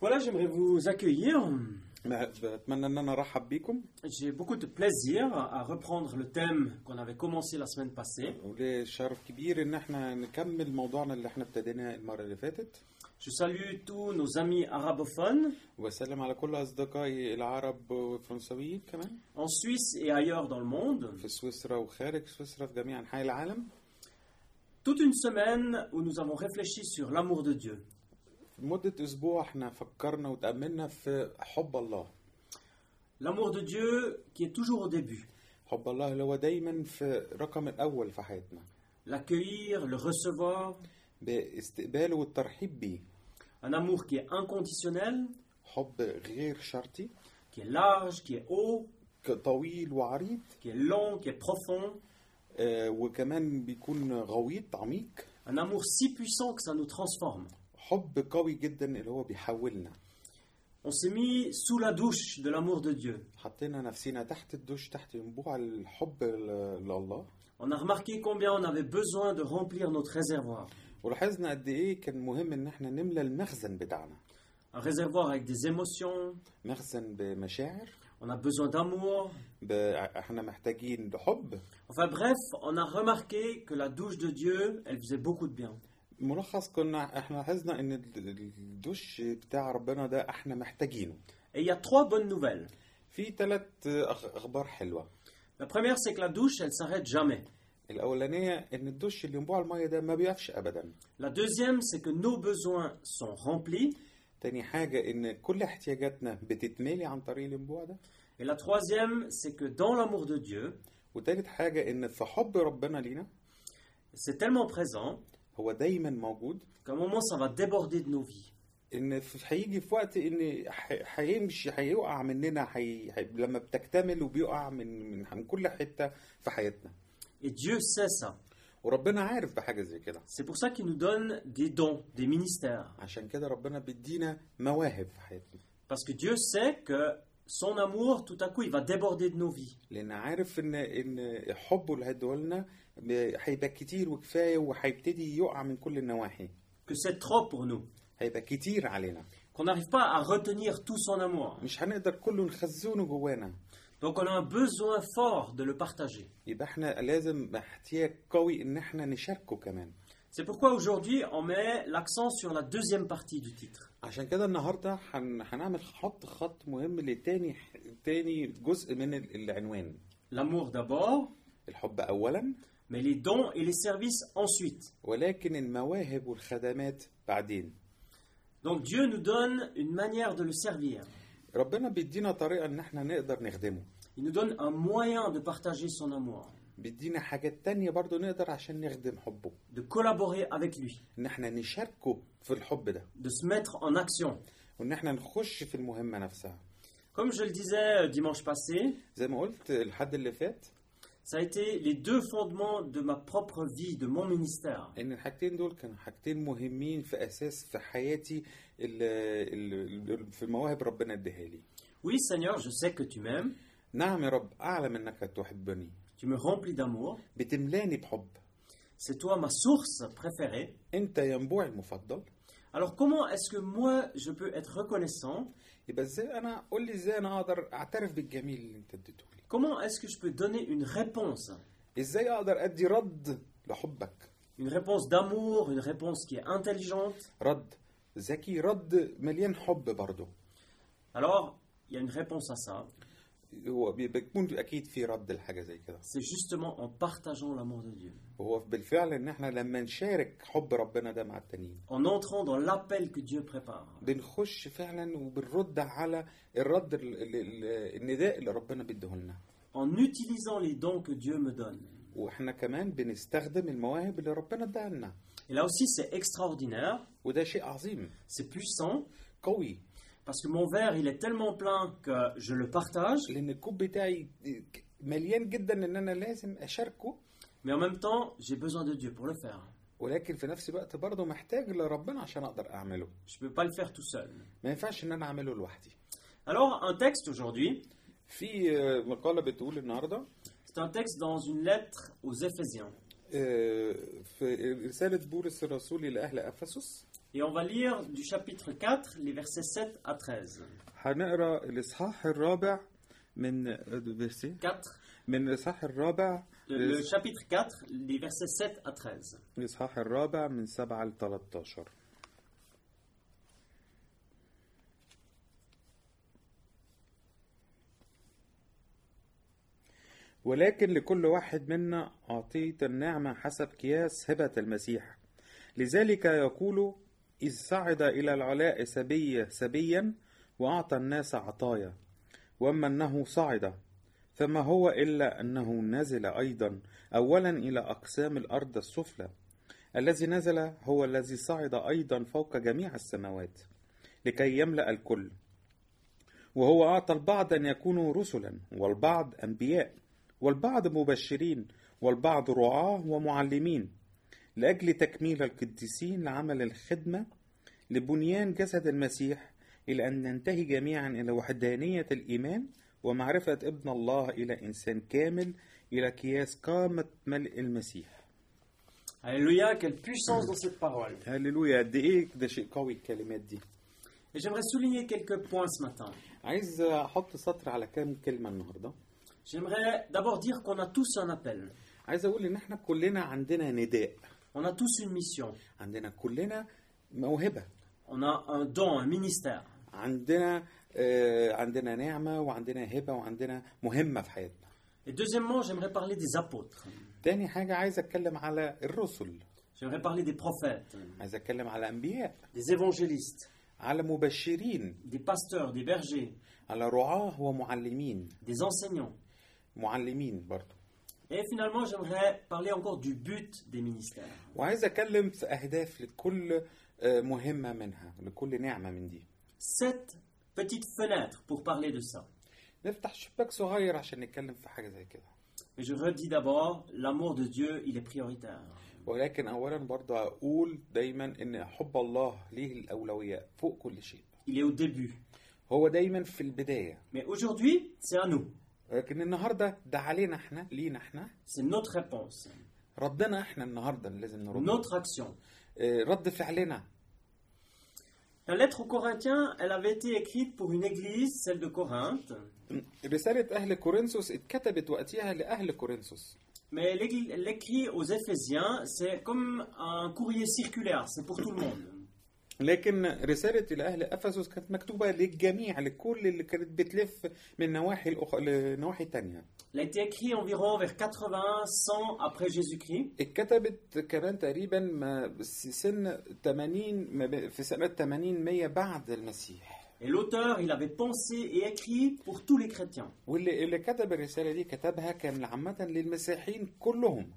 Voilà, j'aimerais vous accueillir. اتمنى ان انا ارحب بيكم J'ai beaucoup de plaisir à reprendre le thème qu'on avait commencé la semaine passée. وليه شرف كبير ان احنا نكمل موضوعنا اللي احنا ابتديناه المره اللي فاتت Je salue tous nos amis arabophones واسلم على كل اصدقائي العرب والفرنسويين كمان en Suisse et ailleurs dans le monde. في سويسرا وخارج سويسرا في جميع انحاء العالم Toute une semaine où nous avons réfléchi sur l'amour de Dieu. لمده اسبوع احنا فكرنا وتاملنا في حب الله L'amour de Dieu qui est toujours au début. حب الله اللي هو دايما في رقم الاول في حياتنا L'accueillir, le recevoir. باستقباله والترحيب بيه Un amour qui est inconditionnel, حب غير شرطي qui est large, qui est haut, ك- طويل وعريض qui est long, qui est profond. آه، وكمان بيكون غويط عميق Un amour si puissant que ça nous transforme. حب قوي جدا اللي هو بيحولنا On s'est mis sous la douche de l'amour de Dieu. حطينا نفسينا تحت الدوش تحت ينبوع الحب ل- لله On a remarqué combien on avait besoin de remplir notre réservoir. ولاحظنا قد ايه كان مهم ان احنا نملى المخزن بتاعنا Un réservoir avec des émotions. مخزن بمشاعر On a besoin d'amour. ب... احنا محتاجين لحب Enfin bref, on a remarqué que la douche de Dieu, elle faisait beaucoup de bien. ملخص كنا احنا لاحظنا ان ال- الدوش بتاع ربنا ده احنا محتاجينه Et il y a trois bonnes nouvelles. في ثلاث اخبار حلوه La première, c'est que la douche, elle s'arrête jamais. الاولانيه ان الدوش اللي ينبوع الميه ده ما بيقفش ابدا La deuxième, c'est que nos besoins sont remplis. تاني حاجة إن كل احتياجاتنا بتتملي عن طريق الينبوع ده Et la troisième, c'est que dans l'amour de Dieu, وتالت حاجة إن في حب ربنا لينا c'est tellement présent هو دايما موجود qu'à un moment, ça va déborder de nos vies. إن في- هيجي في وقت إن ح- هيمشي هيقع مننا حي... حي... لما بتكتمل وبيقع من من من كل حتة في حياتنا Et Dieu sait ça. وربنا عارف بحاجة زي كده C'est pour ça qu'il nous donne des dons, des ministères. عشان كده ربنا بيدينا مواهب في حياتنا Parce que Dieu sait que son amour, tout à coup, il va déborder de nos vies. لأن عارف إن إن حبه اللي هيديه لنا ب- هيبقى كتير وكفاية وهيبتدي يقع من كل النواحي Que c'est trop pour nous. هيبقى كتير علينا Qu'on n'arrive pas à retenir tout son amour. مش هنقدر كله نخزونه جوانا Donc on a un besoin fort de le partager. يبقى احنا لازم احتياج قوي ان احنا نشاركه كمان C'est pourquoi aujourd'hui, on met l'accent sur la deuxième partie du titre. عشان كده النهارده هن... هنعمل خط خط مهم لتاني تاني جزء من ال- العنوان L'amour d'abord, الحب اولا mais les dons et les services ensuite. ولكن المواهب والخدمات بعدين Donc Dieu nous donne une manière de le servir. ربنا بيدينا طريقه ان احنا نقدر نخدمه Il nous donne un moyen de partager son amour, بيدينا حاجات تانية برضو نقدر عشان نخدم حبه de collaborer avec lui, ان احنا نشاركه في الحب ده de se mettre en action. وان احنا نخش في المهمة نفسها Comme je le disais euh, dimanche passé, زي ما قلت الحد اللي فات ça a été les deux fondements de ma propre vie, de mon ministère. ان الحاجتين دول كانوا حاجتين مهمين في اساس في حياتي ال- ال- ال- في مواهب ربنا اديها لي Oui Seigneur, je sais que tu m'aimes, نعم يا رب اعلم انك تحبني tu me remplis d'amour, بتملاني بحب c'est toi ma source préférée. انت ينبوعي المفضل Alors comment est-ce que moi je peux être reconnaissant يبقى ازاي انا قول لي ازاي انا اقدر اعترف بالجميل اللي انت اديته لي Comment est-ce que je peux donner une réponse ازاي اقدر ادي رد لحبك Une réponse d'amour, une réponse qui est intelligente. رد ذكي رد مليان حب برضه Alors, il y a une réponse à ça. هو بيبقى- بيكون اكيد في رد لحاجه زي كده C'est justement en partageant l'amour de Dieu, وهو بالفعل ان احنا لما نشارك حب ربنا ده مع التانيين en entrant dans l'appel que Dieu prépare. بنخش فعلا وبنرد على الرد ال- ال- ال- النداء اللي ربنا بيديه لنا en utilisant les dons que Dieu me donne. واحنا كمان بنستخدم المواهب اللي ربنا اداها لنا Et là aussi, c'est extraordinaire, وده شيء عظيم c'est puissant, قوي parce que mon verre, il est tellement plein que je le partage, لان الكوب بتاعي مليان جدا ان انا لازم اشاركه mais en même temps, j'ai besoin de Dieu pour le faire. ولكن في نفس الوقت برضه محتاج لربنا عشان اقدر اعمله Je ne peux pas le faire tout seul. ما ينفعش ان انا اعمله لوحدي Alors, un texte aujourd'hui, في آه، مقالة بتقول النهارده c'est un texte dans une lettre aux Éphésiens, آه، في رسالة بولس الرسول لأهل أفسس Et on va lire du chapitre 4, les versets 7 à 13. هنقرا الاصحاح الرابع من verset 4, من الاصحاح الرابع euh, le chapitre 4, les versets 7 à 13. الاصحاح الرابع من 7 ل 13 ولكن لكل واحد منا أعطيت النعمة حسب قياس هبة المسيح لذلك يقول إذ صعد إلى العلاء سبي سبيا وأعطى الناس عطايا وأما أنه صعد فما هو إلا أنه نزل أيضا أولا إلى أقسام الأرض السفلى الذي نزل هو الذي صعد أيضا فوق جميع السماوات لكي يملأ الكل وهو أعطى البعض أن يكونوا رسلا والبعض أنبياء والبعض مبشرين والبعض رعاة ومعلمين لأجل تكميل القديسين لعمل الخدمة لبنيان جسد المسيح إلى أن ننتهي جميعا إلى وحدانية الإيمان ومعرفة ابن الله إلى إنسان كامل إلى قياس قامة ملء المسيح Alléluia, quelle puissance dans cette parole. هللويا قد إيه ده شيء قوي الكلمات دي Et j'aimerais souligner quelques points ce matin. عايز أحط سطر على كام كلمة النهاردة J'aimerais d'abord dire qu'on a tous un appel. عايز أقول إن إحنا كلنا عندنا نداء On a tous une mission. عندنا كلنا موهبة On a un don, un ministère. عندنا آه، عندنا نعمة وعندنا هبة وعندنا مهمة في حياتنا. Et deuxièmement, j'aimerais parler des apôtres. تاني حاجة عايز أتكلم على الرسل، J'aimerais parler des prophètes, عايز أتكلم على أنبياء، des évangélistes, على مبشرين، des pasteurs, des bergers, على رعاة ومعلمين، des enseignants. معلمين برضه. Et finalement, j'aimerais parler encore du but des ministères. وعايز أتكلم في أهداف لكل آه، مهمة منها، لكل نعمة من دي. Sept petites fenêtres pour parler de ça. نفتح شباك صغير عشان نتكلم في حاجة زي كده. Mais je redis d'abord, l'amour de Dieu, il est prioritaire. ولكن أولا برضه أقول دايما إن حب الله ليه الأولوية فوق كل شيء. Il est au début. هو دايما في البداية. Mais aujourd'hui, c'est à nous. لكن النهارده ده علينا احنا لينا احنا C'est notre réponse, ردنا احنا النهارده اللي لازم نرد notre action. آه، رد فعلنا La lettre aux Corinthiens, elle avait été écrite pour une église, celle de Corinthe. رساله اهل كورنثوس اتكتبت وقتها لاهل كورنثوس Mais l'égl- l'écrit aux Éphésiens, c'est comme un courrier circulaire, c'est pour tout le monde. لكن رساله لاهل افسس كانت مكتوبه للجميع لكل اللي كانت بتلف من نواحي الأخ... لنواحي تانية Elle a été écrite environ vers 80, 100 après Jésus-Christ. اتكتبت كمان تقريبا ما س- سن 80 ما ب- في سنه 80 100 بعد المسيح Et l'auteur, il avait pensé et écrit pour tous les chrétiens. واللي اللي كتب الرساله دي كتبها كان عامه للمسيحيين كلهم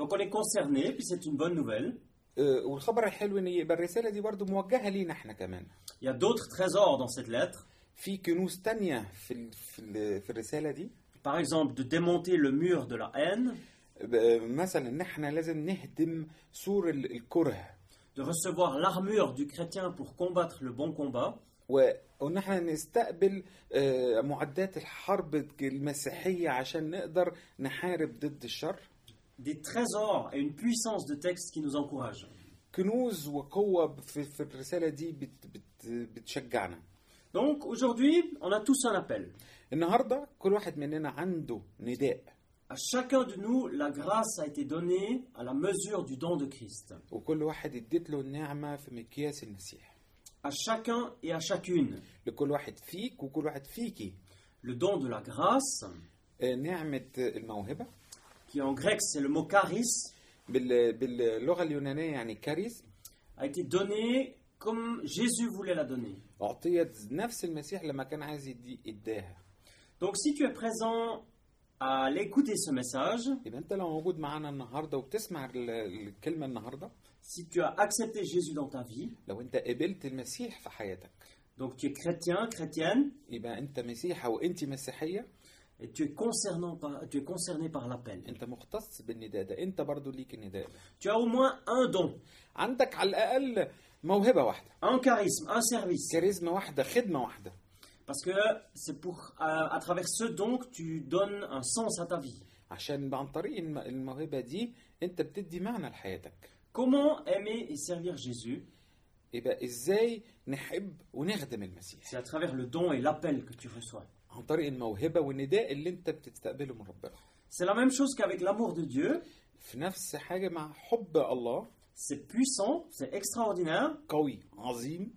Donc on est concerné, puis c'est une bonne nouvelle. آه، والخبر الحلو ان يبقى الرساله دي برضو موجهه لينا احنا كمان Il y a d'autres trésors dans cette lettre. في كنوز تانية في ال- في, ال- في الرساله دي Par exemple, de démonter le mur de la haine, آه، مثلا ان احنا لازم نهدم سور ال- الكره de recevoir l'armure du chrétien pour combattre le bon combat, و- وان احنا نستقبل آه، معدات الحرب المسيحيه عشان نقدر نحارب ضد الشر des trésors et une puissance de texte qui nous encourage. كنوز وقوه في, في الرساله دي بت بت بتشجعنا Donc aujourd'hui, on a tous un appel. النهارده كل واحد مننا عنده نداء À chacun de nous, la grâce a été donnée à la mesure du don de Christ. وكل واحد اديت له النعمه في مقياس المسيح À chacun et à chacune, لكل واحد فيك وكل واحد فيكي le don de la grâce, آه، نعمة الموهبة qui en grec c'est le mot charis, بال- باللغة اليونانية يعني كاريزم a été donné comme Jésus voulait la donner. أعطيت نفس المسيح لما كان عايز يدي إداها Donc si tu es présent à l'écouter ce message, يبقى أنت لو موجود معانا النهاردة وبتسمع ال- الكلمة النهاردة si tu as accepté Jésus dans ta vie, لو أنت قبلت المسيح في حياتك donc tu es chrétien, chrétienne, يبقى أنت مسيحة وأنت مسيحية et tu es, concernant par- tu es concerné par l'appel. أنت مختص بالنداء ده أنت برضو ليك النداء ده Tu as au moins un don, عندك على الأقل موهبة واحدة un charisme, un service. كاريزما واحدة خدمة واحدة Parce que c'est pour, à, à travers ce don que tu donnes un sens à ta vie. عشان عن طريق الم- الموهبة دي أنت بتدي معنى لحياتك Comment aimer et servir Jésus يبقى ازاي نحب ونخدم المسيح C'est à travers le don et l'appel que tu reçois. عن طريق الموهبه والنداء اللي انت بتستقبله من ربنا C'est la même chose qu'avec l'amour de Dieu. في نفس حاجه مع حب الله C'est puissant, c'est extraordinaire, قوي عظيم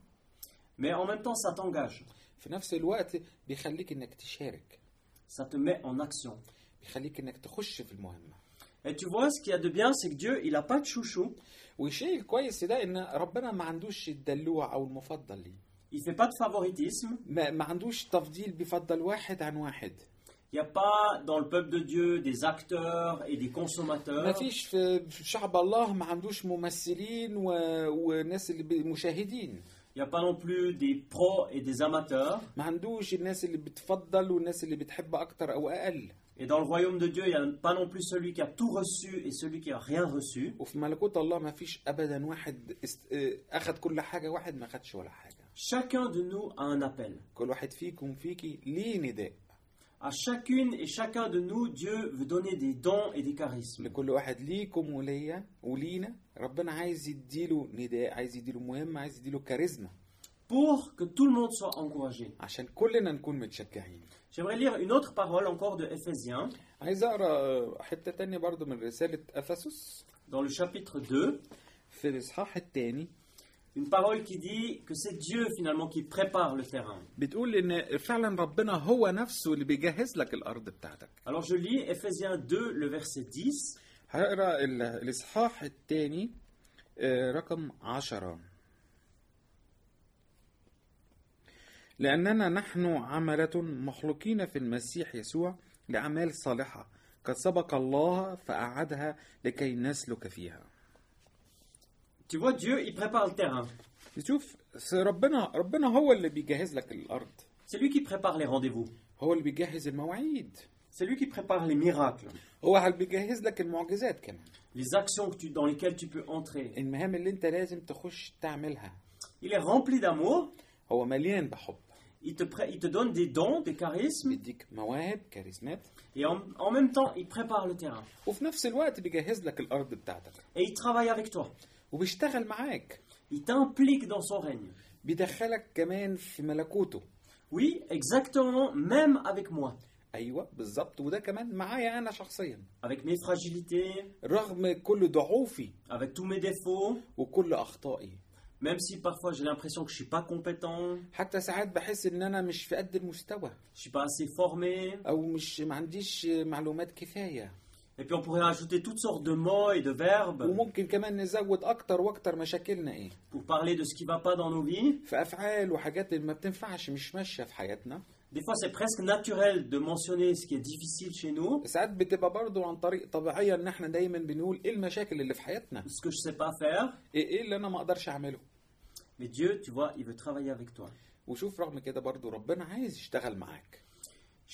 mais en même temps, ça t'engage. في نفس الوقت بيخليك انك تشارك Ça te met en action. بيخليك انك تخش في المهمه Et tu vois, ce qu'il y a de bien, c'est que Dieu, il n'a pas de chouchou. والشيء الكويس ده ان ربنا ما عندوش الدلوع او المفضل ليه Il fait pas de favoritisme. ما, ما عندوش تفضيل بيفضل واحد عن واحد Il n'y a pas dans le peuple de Dieu des acteurs et des ما consommateurs. فيش في في شعب الله ما عندوش ممثلين و... وناس اللي بي- مشاهدين Il n'y a pas non plus des pros et des amateurs. ما عندوش الناس اللي بتفضل والناس اللي بتحب اكتر او اقل Et dans le royaume de Dieu, il n'y a pas non plus celui qui a tout reçu et celui qui a rien reçu. وفي ملكوت الله ما فيش ابدا واحد است... آه، اخد كل حاجه واحد ما خدش ولا حاجه Chacun de nous a un appel. كل واحد فيكم فيكي ليه نداء À chacune et chacun de nous, Dieu veut donner des dons et des charismes. لكل واحد ليكم وليا ولينا ربنا عايز يديله نداء عايز يديله مهمه عايز يديله كاريزما Pour que tout le monde soit encouragé. عشان كلنا نكون متشجعين J'aimerais lire une autre parole encore de Éphésiens, عايز اقرا حته تانية برضو من رساله افسس dans le chapitre 2. في الاصحاح الثاني Une parole qui dit que c'est Dieu finalement qui prépare le terrain. بتقول ان فعلا ربنا هو نفسه اللي بيجهز لك الارض بتاعتك Alors je lis Éphésiens 2, le verset 10. هقرا ال- الاصحاح الثاني رقم عشرة لأننا نحن عملة مخلوقين في المسيح يسوع لأعمال صالحة قد سبق الله فأعدها لكي نسلك فيها Tu vois, Dieu, il prépare le terrain. شوف س- ربنا ربنا هو اللي بيجهز لك الأرض C'est lui qui prépare les rendez-vous. هو اللي بيجهز المواعيد C'est lui qui prépare les miracles, هو اللي بيجهز لك المعجزات كمان les actions que tu- dans lesquelles tu peux entrer. المهام اللي انت لازم تخش تعملها Il est rempli d'amour, هو مليان بحب il te, pré- il te donne des dons, des charismes, بيديك مواهب كاريزمات et en, en même temps, il prépare le terrain. وفي نفس الوقت بيجهز لك الارض بتاعتك Et il travaille avec toi. وبيشتغل معاك Il t'implique dans son règne. بيدخلك كمان في ملكوته Oui, exactement, même avec moi, ايوه بالظبط وده كمان معايا انا شخصيا avec mes fragilités, رغم كل ضعوفي avec tous mes défauts, وكل اخطائي même si parfois j'ai l'impression que je suis pas compétent, حتى ساعات بحس ان انا مش في قد المستوى je suis pas assez formé. او مش ما عنديش معلومات كفايه Et puis on pourrait ajouter toutes sortes de mots et de verbes وممكن كمان نزود اكتر واكتر مشاكلنا ايه pour parler de ce qui va pas dans nos vies. في افعال وحاجات اللي ما بتنفعش مش ماشيه في حياتنا Des fois, c'est presque naturel de mentionner ce qui est difficile chez nous, ساعات بتبقى برضو عن طريق طبيعيه ان احنا دايما بنقول ايه المشاكل اللي في حياتنا ce que je sais pas faire. ايه ايه اللي انا ما اقدرش اعمله Mais Dieu, tu vois, il veut travailler avec toi. وشوف رغم كده برضو ربنا عايز يشتغل معاك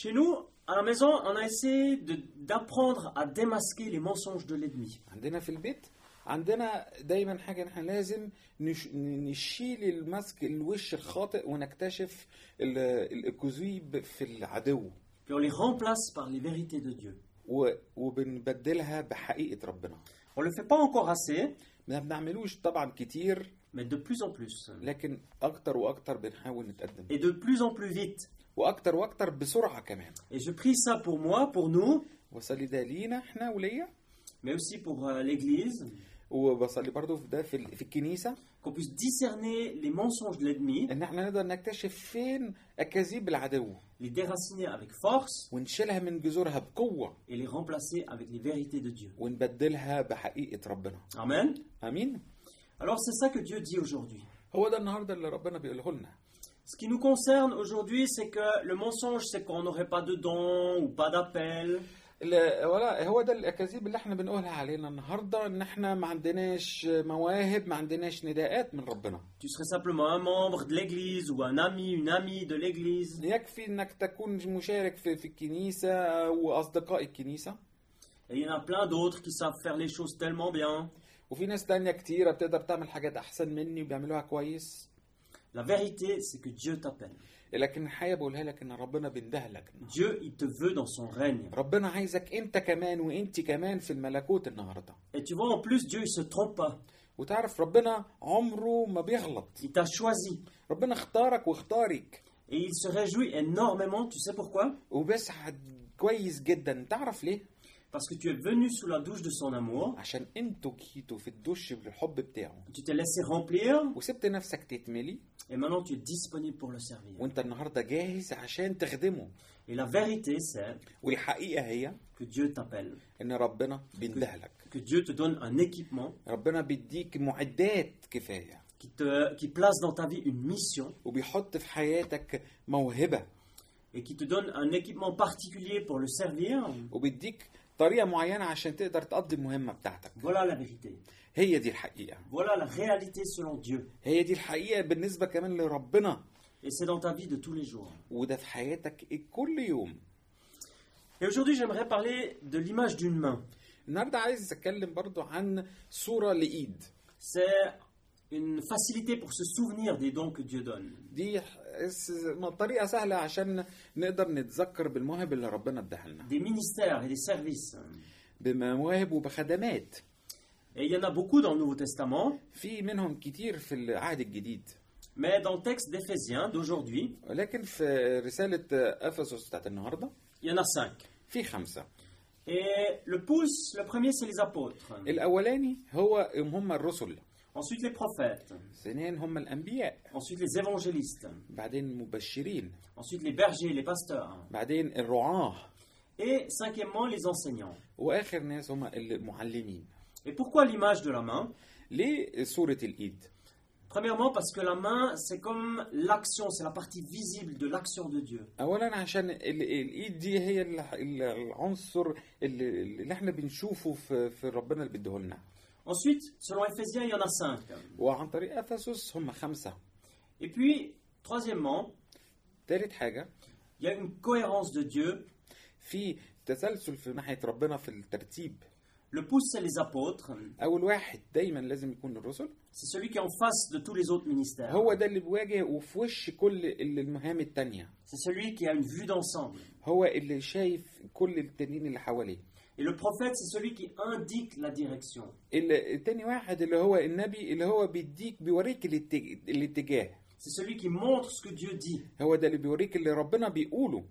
Chez nous, à la maison, on a essayé de- d'apprendre à démasquer les mensonges de l'ennemi. عندنا في البيت عندنا دايما حاجه ان احنا لازم نش... نشيل الماسك الوش الخاطئ ونكتشف ال... الاكوزيب في العدو Puis on les remplace par les vérités de Dieu. و... وبنبدلها بحقيقه ربنا On le fait pas encore assez, ما بنعملوش طبعا كتير mais de plus en plus. لكن اكتر واكتر بنحاول نتقدم Et de plus en plus vite. واكتر واكتر بسرعه كمان Et je prie ça pour moi, pour nous, وصلي ده لينا احنا وليا mais aussi pour euh, l'Église, وبصلي برضو في ده في, ال... في الكنيسه qu'on puisse discerner les mensonges de l'ennemi, ان احنا نقدر نكتشف فين اكاذيب العدو les déraciner avec force ونشيلها من جذورها بقوه et les remplacer avec les vérités de Dieu. ونبدلها بحقيقه ربنا Amen. امين Alors c'est ça que Dieu dit aujourd'hui. هو ده النهارده اللي ربنا بيقوله لنا Ce qui nous concerne aujourd'hui, c'est que le mensonge, c'est qu'on n'aurait pas de don ou pas d'appel, لا- ولا هو ده الاكاذيب اللي احنا بنقولها علينا النهارده ان احنا ما عندناش مواهب ما عندناش نداءات من ربنا tu serais simplement un membre de l'Église ou un ami, une amie de l'Église. يكفي انك تكون مشارك في في الكنيسه واصدقاء الكنيسه Et il y en a plein d'autres qui savent faire les choses tellement bien. وفي ناس تانية كتيرة بتقدر تعمل حاجات أحسن مني وبيعملوها كويس La vérité, c'est que Dieu t'appelle. لكن الحقيقة بقولها لك إن ربنا بيندهلك Dieu, il te veut dans son règne. ربنا عايزك أنت كمان وأنت كمان في الملكوت النهاردة Et tu vois, en plus, Dieu, il se trompe pas. وتعرف ربنا عمره ما بيغلط Il t'a choisi. ربنا اختارك واختارك Et il se réjouit énormément, tu sais pourquoi وبيسعد كويس جدا تعرف ليه Parce que tu es venu sous la douche de son amour, عشان انتوا جيتوا في الدش بالحب بتاعه tu t'es laissé remplir, وسبت نفسك تتملي et maintenant tu es disponible pour le servir. وانت النهارده جاهز عشان تخدمه Et la vérité, c'est والحقيقه هي que Dieu t'appelle, ان ربنا بيندهلك que Dieu te donne un équipement ربنا بيديك معدات كفايه qui, te, qui place dans ta vie une mission وبيحط في حياتك موهبه et qui te donne un équipement particulier pour le servir. وبيديك طريقه معينه عشان تقدر تقضي المهمه بتاعتك Voilà la vérité. هي دي الحقيقه Voilà la réalité selon Dieu. هي دي الحقيقه بالنسبه كمان لربنا Et c'est dans ta vie de tous les jours. وده في حياتك كل يوم Et aujourd'hui, j'aimerais parler de l'image d'une main. النهارده عايز اتكلم برضو عن صوره لايد C'est une facilité pour se souvenir des dons que Dieu donne. دي س- طريقه سهله عشان نقدر نتذكر بالمواهب اللي ربنا اداها لنا des ministères et des services. بمواهب وبخدمات Et il y en a beaucoup dans le Nouveau Testament, في منهم كتير في العهد الجديد mais dans le texte d'Éphésiens d'aujourd'hui, لكن في رساله افسس بتاعت النهارده il y en a cinq. في خمسه Et le pouce, le premier, c'est les apôtres. الاولاني هو هم الرسل Ensuite, les prophètes. ثانيا هم الانبياء Ensuite, les évangélistes. بعدين المبشرين Ensuite, les bergers, les pasteurs. بعدين الرعاه Et cinquièmement, les enseignants. واخر ناس هم المعلمين Et pourquoi l'image de la main ليه صوره الايد Premièrement, parce que la main, c'est comme l'action, c'est la partie visible de l'action de Dieu. اولا عشان ال- الايد دي هي ال- ال- العنصر اللي, اللي احنا بنشوفه في, في ربنا اللي بيديه لنا Ensuite, selon Éphésiens, il y en a cinq. وعن طريق افسس هم خمسه Et puis, troisièmement, تالت حاجه il y a une cohérence de Dieu في تسلسل في ناحيه ربنا في الترتيب Le pouce, c'est les apôtres. اول واحد دايما لازم يكون الرسل C'est celui qui est en face de tous les autres ministères. هو ده اللي بيواجه وفي وش كل ال- المهام التانية C'est celui qui a une vue d'ensemble. هو اللي شايف كل التانيين اللي حواليه Et le prophète, c'est celui qui indique la direction. ال- التاني واحد اللي هو النبي اللي هو بيديك بيوريك الاتج- الاتجاه C'est celui qui montre ce que Dieu dit. هو ده اللي بيوريك اللي ربنا بيقوله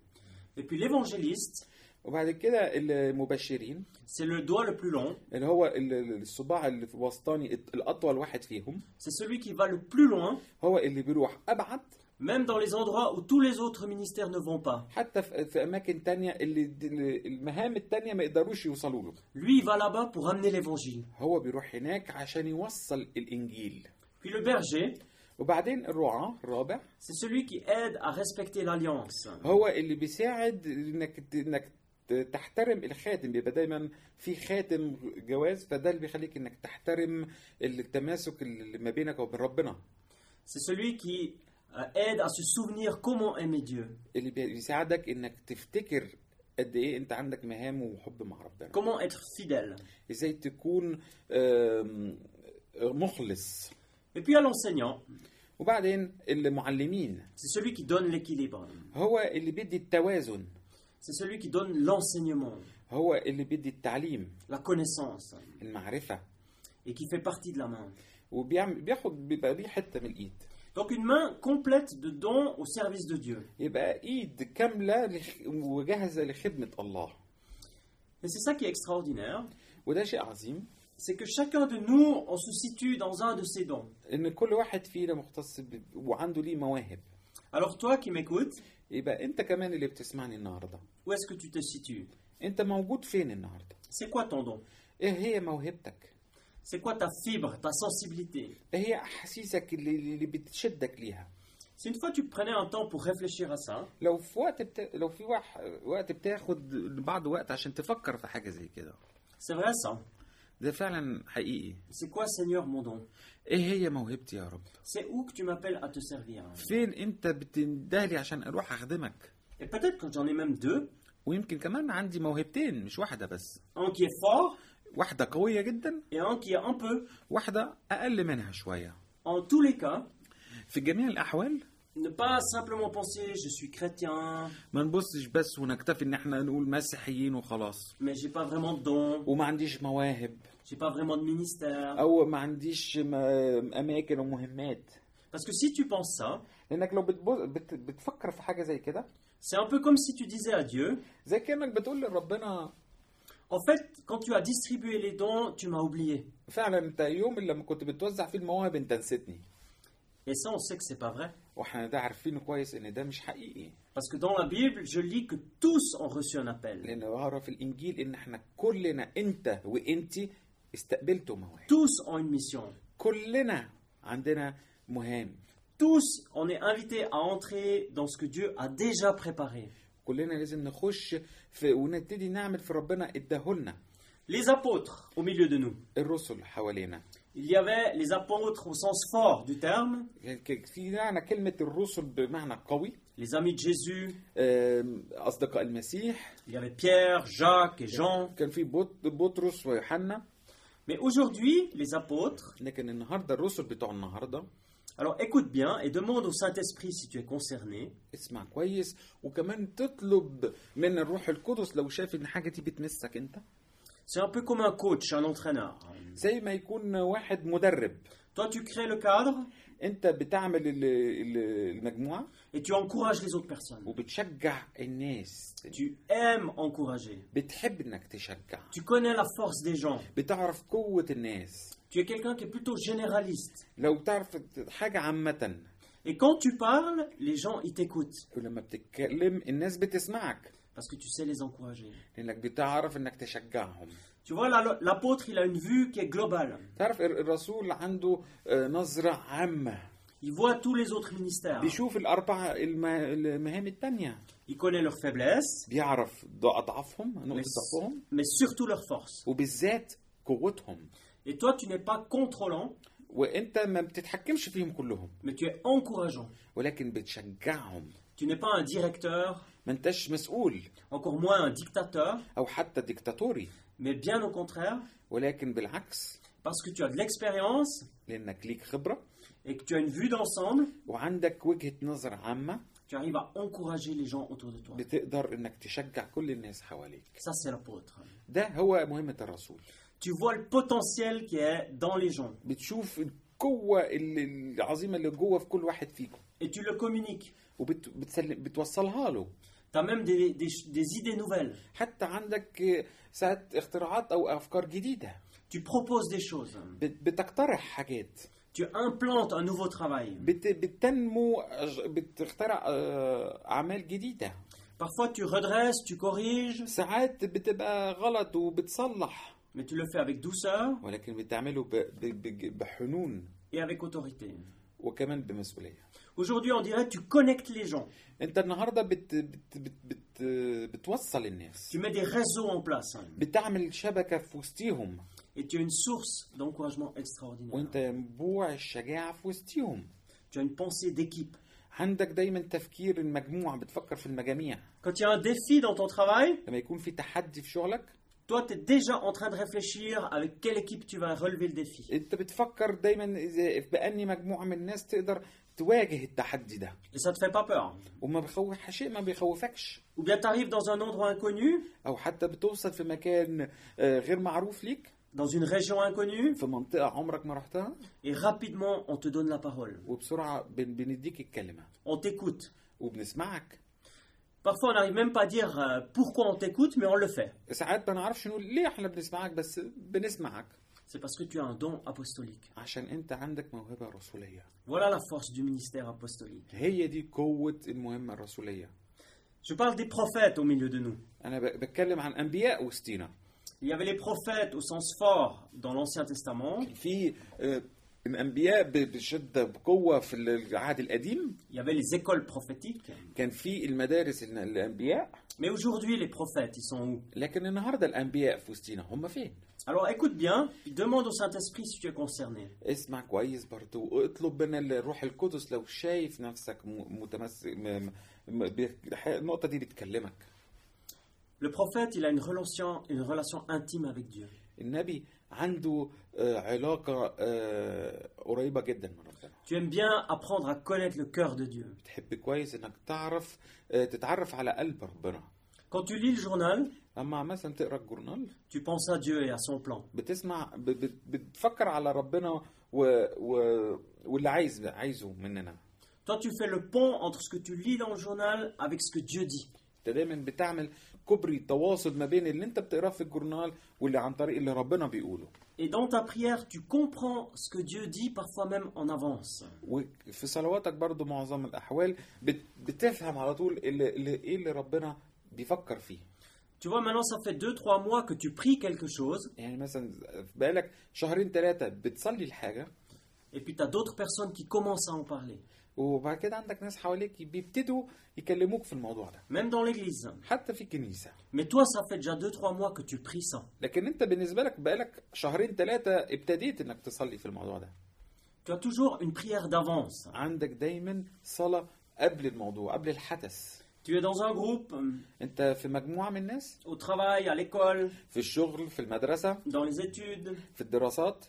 Et puis l'évangéliste, وبعد كده المبشرين c'est le doigt le plus long. اللي هو ال- ال- الصباع الوسطاني الت- الأطول واحد فيهم C'est celui qui va le plus loin, هو اللي بيروح أبعد même dans les endroits où tous les autres ministères ne vont pas. حتى في في أماكن تانية اللي د- ال- المهام التانية ما يقدروش يوصلوا له Lui, il va là-bas pour amener l'évangile. هو بيروح هناك عشان يوصل الإنجيل Puis le berger, وبعدين الرعاة الرابع c'est celui qui aide à respecter l'alliance. هو اللي بيساعد إنك ت- إنك ت- تحترم الخاتم بيبقى دايما في خاتم جواز فده اللي بيخليك إنك تحترم التماسك اللي ما بينك وبين ربنا C'est celui qui euh, aide à se souvenir comment aimer Dieu, اللي بي- بيساعدك انك تفتكر قد ايه انت عندك مهام وحب مع ربنا comment être fidèle. ازاي تكون آم، مخلص Et puis à l'enseignant, وبعدين المعلمين C'est celui qui donne l'équilibre. هو اللي بيدي التوازن C'est celui qui donne l'enseignement, هو اللي بيدي التعليم la connaissance, المعرفة et qui fait partie de la main. وبياخد بيبقى ليه حتة من الايد Donc une main complète de dons au service de Dieu. يبقى ايد كاملة لخ- وجاهزة لخدمة الله Et c'est ça qui est extraordinaire, وده شيء عظيم c'est que chacun de nous, on se situe dans un de ces dons. ان كل واحد فينا مختص ب- وعنده ليه مواهب Alors toi qui m'écoutes, يبقى انت كمان اللي بتسمعني النهارده où est-ce que tu te situes انت موجود فين النهارده C'est quoi ton don ايه هي موهبتك؟ C'est quoi ta fibre, ta sensibilité ايه هي احاسيسك اللي, اللي بتشدك ليها؟ Si une fois tu prenais un temps pour réfléchir à ça, لو في وقت بتا... لو في وح... وقت بتاخد بعض وقت عشان تفكر في حاجه زي كده c'est vrai ça. ده فعلا حقيقي C'est quoi Seigneur mon don ايه هي موهبتي يا رب؟ C'est où que tu m'appelles à te servir فين انت بتندهلي عشان اروح اخدمك؟ Et peut-être que j'en ai même deux, ويمكن كمان عندي موهبتين مش واحده بس un qui est fort واحده قويه جدا et un qui est un peu. واحده اقل منها شويه En tous les cas, في جميع الاحوال ne pas simplement penser je suis chrétien, ما نبصش بس ونكتفي ان احنا نقول مسيحيين وخلاص mais j'ai pas vraiment de don, وما عنديش مواهب J'ai pas vraiment de ministère. او ما عنديش م- اماكن ومهمات Parce que si tu penses ça, لانك لو بتبص بت بتفكر في حاجه زي كده c'est un peu comme si tu disais à Dieu, زي كانك بتقول لربنا en fait, quand tu as distribué les dons, tu m'as oublié. فعلا انت يوم اللي لما كنت بتوزع فيه المواهب انت نسيتني Et ça, on sait que c'est pas vrai. واحنا ده عارفين كويس ان ده مش حقيقي Parce que dans la Bible, je lis que tous ont reçu un appel. لان بقرا في الانجيل ان احنا كلنا انت وانت استقبلتوا مواهب Tous ont une mission. كلنا عندنا مهام Tous, on est invités à entrer dans ce que Dieu a déjà préparé. كلنا لازم نخش في ونبتدي نعمل في ربنا اداهولنا Les apôtres au milieu de nous. الرسل حوالينا Il y avait les apôtres au sens fort du terme, يعني ك- في معنى كلمة الرسل بمعنى قوي les amis de Jésus. آم، أصدقاء المسيح Il y avait Pierre, Jacques et Jean. كان في بط- بطرس ويوحنا Mais aujourd'hui, les apôtres, لكن النهاردة الرسل بتوع النهاردة alors écoute bien et demande au Saint-Esprit si tu es concerné. اسمع كويس وكمان تطلب من الروح القدس لو شايف ان حاجة دي بتمسك انت C'est un peu comme un coach, un entraîneur. زي ما يكون واحد مدرب Toi, tu crées le cadre انت بتعمل ال- ال- المجموعة et tu encourages les autres personnes. وبتشجع الناس Tu aimes encourager. بتحب انك تشجع Tu connais la force des gens. بتعرف قوة الناس Tu es quelqu'un qui est plutôt généraliste. لو تعرف حاجة عامة Et quand tu parles, les gens, ils t'écoutent ولما بتتكلم الناس بتسمعك parce que tu sais les encourager. لانك بتعرف انك تشجعهم Tu vois, la- l'apôtre, il a une vue qui est globale. تعرف ال- الرسول عنده آه، نظرة عامة Il voit tous les autres ministères. بيشوف الأربع الم- المهام التانية Il connaît leurs faiblesses, بيعرف ض- أضعافهم نقطة mais, ضعفهم mais surtout leurs forces. وبالذات قوتهم Et toi, tu n'es pas contrôlant, وانت ما بتتحكمش فيهم كلهم mais tu es encourageant. ولكن بتشجعهم Tu n'es pas un directeur, ما انتش مسؤول encore moins un dictateur, او حتى ديكتاتوري mais bien au contraire, ولكن بالعكس parce que tu as de l'expérience لانك ليك خبرة et que tu as une vue d'ensemble, وعندك وجهة نظر عامة tu arrives à encourager les gens autour de toi. بتقدر انك تشجع كل الناس حواليك Ça, c'est l'apôtre. ده هو مهمة الرسول Tu vois le potentiel qui est dans les gens بتشوف القوة اللي- العظيمة اللي جوه في كل واحد فيكم et tu le communiques. وبتوصلها له Tu as même des, des- des idées nouvelles. حتى عندك ساعات اختراعات او افكار جديدة Tu proposes des choses. بت- بتقترح حاجات Tu implantes un nouveau travail. بت- بتنمو أج- بتخترع آه، اعمال جديدة Parfois, tu redresses, tu corriges, ساعات بتبقى غلط وبتصلح mais tu le fais avec douceur ولكن بتعمله ب- ب- ب- بحنون et avec autorité. وكمان بمسؤولية Aujourd'hui, on dirait tu connectes les gens. انت النهاردة بت بت بت بت بتوصل الناس Tu mets des réseaux en place hein, بتعمل شبكة في وسطيهم et tu as une source d'encouragement extraordinaire. وانت ينبوع الشجاعة في وسطيهم Tu as une pensée d'équipe. عندك دايما تفكير المجموعة بتفكر في المجاميع Quand il y a un défi dans ton travail, لما يكون في تحدي في شغلك toi, tu es déjà en train de réfléchir avec quelle équipe tu vas relever le défi. انت بتفكر دايما إذا- بأني مجموعة من الناس تقدر تواجه التحدي ده Et ça te fait pas peur. وما بخوف شيء ما بيخوفكش Ou bien tu arrives dans un endroit inconnu, او حتى بتوصل في مكان آه، غير معروف ليك dans une région inconnue, في منطقة عمرك ما رحتها et rapidement, on te donne la parole. وبسرعة بن- بنديك الكلمة On t'écoute. وبنسمعك Parfois, on n'arrive même pas à dire euh, pourquoi on t'écoute, mais on le fait. ساعات ما نعرفش نقول ليه احنا بنسمعك بس بنسمعك C'est parce que tu as un don apostolique. عشان انت عندك موهبة رسولية Voilà la force du ministère apostolique. هي دي قوة المهمة الرسولية Je parle des prophètes au milieu de nous. انا ب- بتكلم عن انبياء وسطينا Il y avait les prophètes au sens fort dans l'Ancien Testament, في آه، الانبياء ب- بشدة بقوة في العهد القديم il y avait les écoles prophétiques. كان في المدارس الن- الانبياء Mais aujourd'hui, les prophètes, ils sont où لكن النهاردة الانبياء في وسطينا هم فين Alors écoute bien, demande au Saint-Esprit si tu es concerné. اسمع كويس برضو واطلب من الروح القدس لو شايف نفسك م- متمسك م- م- بي- ح- النقطة دي بتكلمك Le prophète, il a une relation, une relation intime avec Dieu. النبي عنده آه، علاقة آه، قريبة جدا من ربنا Tu aimes bien apprendre à connaître le cœur de Dieu. بتحب كويس انك تعرف آه، تتعرف على قلب ربنا Quand tu lis le journal, اما مثلا تقرا الجورنال tu penses à Dieu et à son plan. بتسمع ب- ب- بتفكر على ربنا و... و... واللي عايز عايزه مننا Toi, tu fais le pont entre ce que tu lis dans le journal avec ce que Dieu dit. انت دايما بتعمل كوبري تواصل ما بين اللي انت بتقراه في الجورنال واللي عن طريق اللي ربنا بيقوله Et dans ta prière, tu comprends ce que Dieu dit, parfois même en avance. وفي صلواتك برضو معظم الاحوال بت... بتفهم على طول اللي... اللي... ايه اللي ربنا بيفكر فيه Tu vois, maintenant, ça fait 2-3 mois que tu pries quelque chose, يعني مثلا بقالك شهرين ثلاثة بتصلي الحاجة et puis tu as d'autres personnes qui commencent à en parler, وبعد كده عندك ناس حواليك بيبتدوا يكلموك في الموضوع ده même dans l'église. حتى في الكنيسة Mais toi, ça fait déjà 2-3 mois que tu pries ça. لكن انت بالنسبة لك بقالك شهرين ثلاثة ابتديت انك تصلي في الموضوع ده Tu as toujours une prière d'avance. عندك دايما صلاة قبل الموضوع قبل الحدث Tu es dans un groupe, euh, انت في مجموعة من الناس au travail, à l'école, في الشغل في المدرسة dans les études, في الدراسات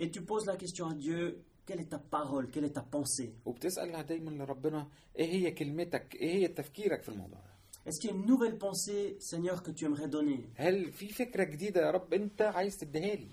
et tu poses la question à Dieu, quelle est ta parole, quelle est ta pensée وبتسأل دايما لربنا ايه هي كلمتك ايه هي تفكيرك في الموضوع ده Est-ce qu'il y a une nouvelle pensée, Seigneur, que tu aimerais donner هل في فكرة جديدة يا رب انت عايز تديها لي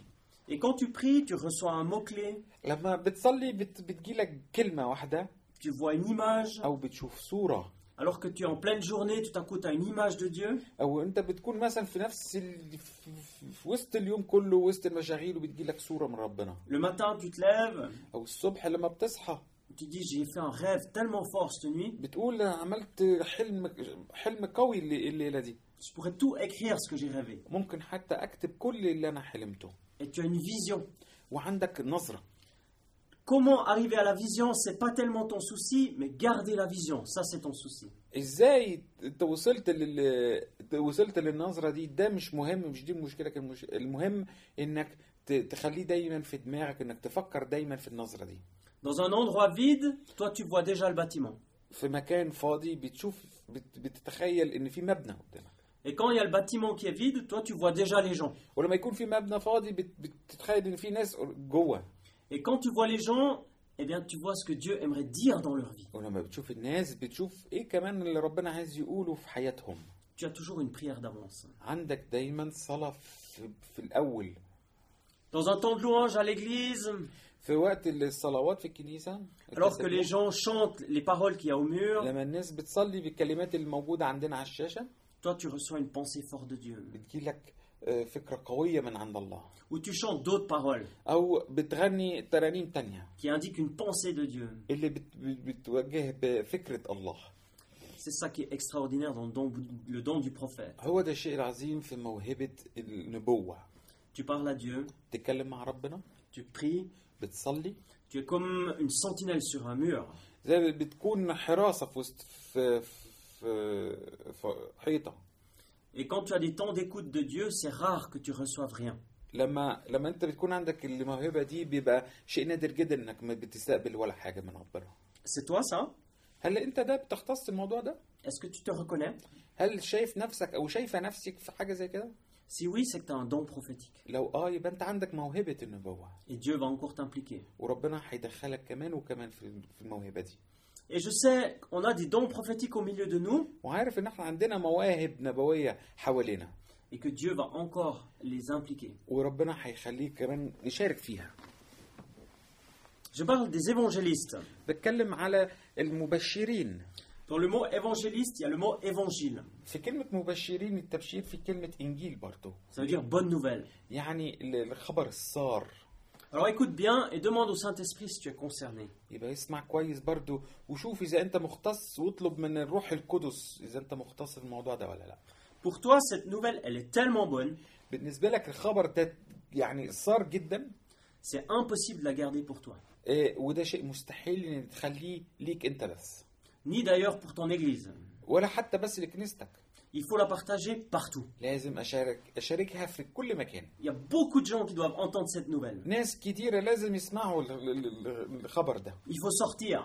Et quand tu pries, tu reçois un mot-clé, لما بتصلي بت... بتجيلك كلمة واحدة tu vois une image, أو بتشوف صورة alors que tu es en pleine journée, tout à coup, tu as une image de Dieu, أو أنت بتكون مثلا في نفس ال... في... في- في وسط اليوم كله وسط المشاغيل وبتجيلك صورة من ربنا le matin, tu te lèves, أو الصبح لما بتصحى tu dis, j'ai fait un rêve tellement fort cette nuit, بتقول أنا عملت حلم حلم قوي اللي- الليلة دي je pourrais tout écrire ce que j'ai rêvé. ممكن حتى أكتب كل اللي أنا حلمته Et tu as une vision. وعندك نظرة Comment arriver à la vision, c'est pas tellement ton souci, mais garder la vision, ça c'est ton souci. ازاي انت وصلت لل أنت وصلت للنظره دي ده مش مهم مش دي مشكلتك المش... المهم انك ت... تخليه دايما في دماغك انك تفكر دايما في النظره دي Dans un endroit vide, toi tu vois déjà le bâtiment. في مكان فاضي بتشوف بت... بتتخيل ان في مبنى قدامك Et quand il y a le bâtiment qui est vide, toi tu vois déjà les gens. ولما يكون في مبنى فاضي بت... بتتخيل ان في ناس جوه Et quand tu vois les gens, eh bien tu vois ce que Dieu aimerait dire dans leur vie. ولما بتشوف الناس بتشوف ايه كمان اللي ربنا عايز يقوله في حياتهم Tu as toujours une prière d'avance. عندك دايما صلاه في, في الاول Dans un temps de louange à l'église, في وقت الصلوات في الكنيسه alors que les التسبيح، gens chantent les paroles qu'il y a au mur, لما الناس بتصلي بالكلمات اللي موجودة عندنا على الشاشة toi tu reçois une pensée forte de Dieu. بتجيلك آه، فكرة قوية من عند الله Ou tu chantes d'autres paroles أو بتغني ترانيم تانية qui indiquent une pensée de Dieu. اللي بت- بت- بتوجه بفكرة الله C'est ça qui est extraordinaire dans le don- le don du prophète. هو ده الشيء العظيم في موهبة النبوة Tu parles à Dieu, تتكلم مع ربنا tu pries, بتصلي tu es comme une sentinelle sur un mur. زي ما بتكون حراسة في وسط في, في, في حيطة Et quand tu as des temps d'écoute de Dieu, c'est rare que tu reçoives rien. لما لما انت بتكون عندك الموهبة دي بيبقى شيء نادر جدا انك ما بتستقبل ولا حاجة من ربنا C'est toi ça هل انت ده بتختص الموضوع ده؟ Est-ce que tu te reconnais هل شايف نفسك او شايفه نفسك في حاجه زي كده Si oui, c'est que tu as un don prophétique. لو اه يبقى انت عندك موهبه النبوه Et Dieu va encore t'impliquer. وربنا هيدخلك كمان وكمان في في الموهبه دي Et je sais, on a des dons prophétiques au milieu de nous وعارف ان احنا عندنا مواهب نبويه حوالينا et que Dieu va encore les impliquer. وربنا هيخليك كمان نشارك فيها Je parle des évangélistes. بتكلم على المبشرين Dans le mot évangéliste, il y a le mot évangile. في كلمة مبشرين التبشير في كلمة إنجيل برضو Ça veut dire bonne nouvelle. يعني ال- الخبر السار Alors écoute bien et demande au Saint-Esprit si tu es concerné. يبقى اسمع كويس برضو وشوف إذا أنت مختص واطلب من الروح القدس إذا أنت مختص في الموضوع ده ولا لأ Pour toi, cette nouvelle, elle est tellement bonne بالنسبة لك الخبر ده يعني صار جدا C'est impossible de la garder pour toi, آه، وده شيء مستحيل ان تخليه ليك انت بس ni d'ailleurs pour ton Église. ولا حتى بس لكنيستك Il faut la partager partout. لازم اشارك اشاركها في كل مكان Il y a beaucoup de gens qui doivent entendre cette nouvelle. ناس كتيرة لازم يسمعوا ال- ال- ال- الخبر ده Il faut sortir,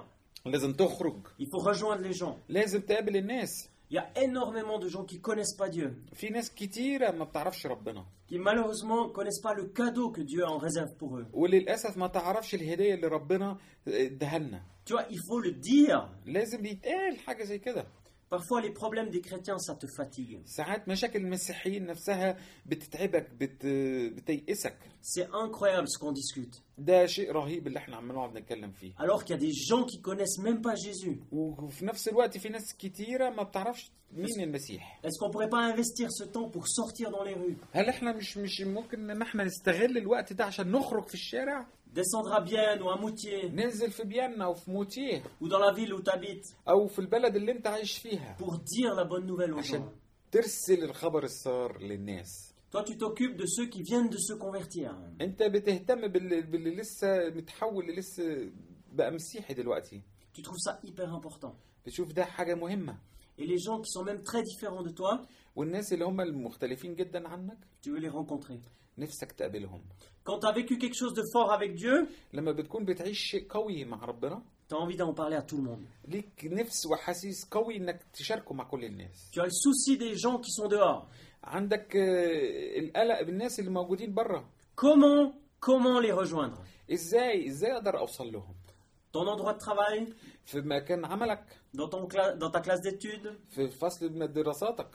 لازم تخرج il faut rejoindre les gens. لازم تقابل الناس Il y a énormément de gens qui connaissent pas Dieu, في ناس كتيرة ما بتعرفش ربنا qui malheureusement connaissent pas le cadeau que Dieu a en réserve pour eux. وللأسف ما تعرفش الهدية اللي ربنا آه، اداها لنا Tu vois, il faut le dire. لازم يتقال حاجة زي كده Parfois, les problèmes des chrétiens, ça te fatigue. ساعات مشاكل المسيحيين نفسها بتتعبك بت... بتيئسك C'est incroyable ce qu'on discute. ده شيء رهيب اللي احنا عم نقعد نتكلم فيه Alors qu'il y a des gens qui connaissent même pas Jésus. وفي نفس الوقت في ناس كتيرة ما بتعرفش مين المسيح Est-ce qu'on pourrait pas investir ce temps pour sortir dans les rues هل احنا مش مش ممكن ان احنا نستغل الوقت ده عشان نخرج في الشارع Descendre à Bienne ou à Moutier ننزل في بياننا وفي موتيه ou dans la ville où tu habites او في البلد اللي انت عايش فيها pour dire la bonne nouvelle aux gens. عشان ترسل الخبر السار للناس Toi, tu t'occupes de ceux qui viennent de se convertir. انت بتهتم باللي, باللي لسه متحول اللي لسه بقى مسيحي دلوقتي Tu trouves ça hyper important. بتشوف ده حاجة مهمة Et les gens qui sont même très différents de toi, والناس اللي هم المختلفين جدا عنك tu veux les rencontrer. نفسك تقابلهم Quand tu as vécu quelque chose de fort avec Dieu, لما بتكون بتعيش شيء قوي مع ربنا tu as envie d'en parler à tout le monde. ليك نفس وحاسيس قوي انك تشاركه مع كل الناس Tu as le souci des gens qui sont dehors. عندك آه، القلق بالناس اللي موجودين بره Comment, comment les rejoindre ازاي ازاي اقدر اوصل لهم Ton endroit de travail, في مكان عملك dans, ton cla- dans ta classe d'études, في فصل من دراساتك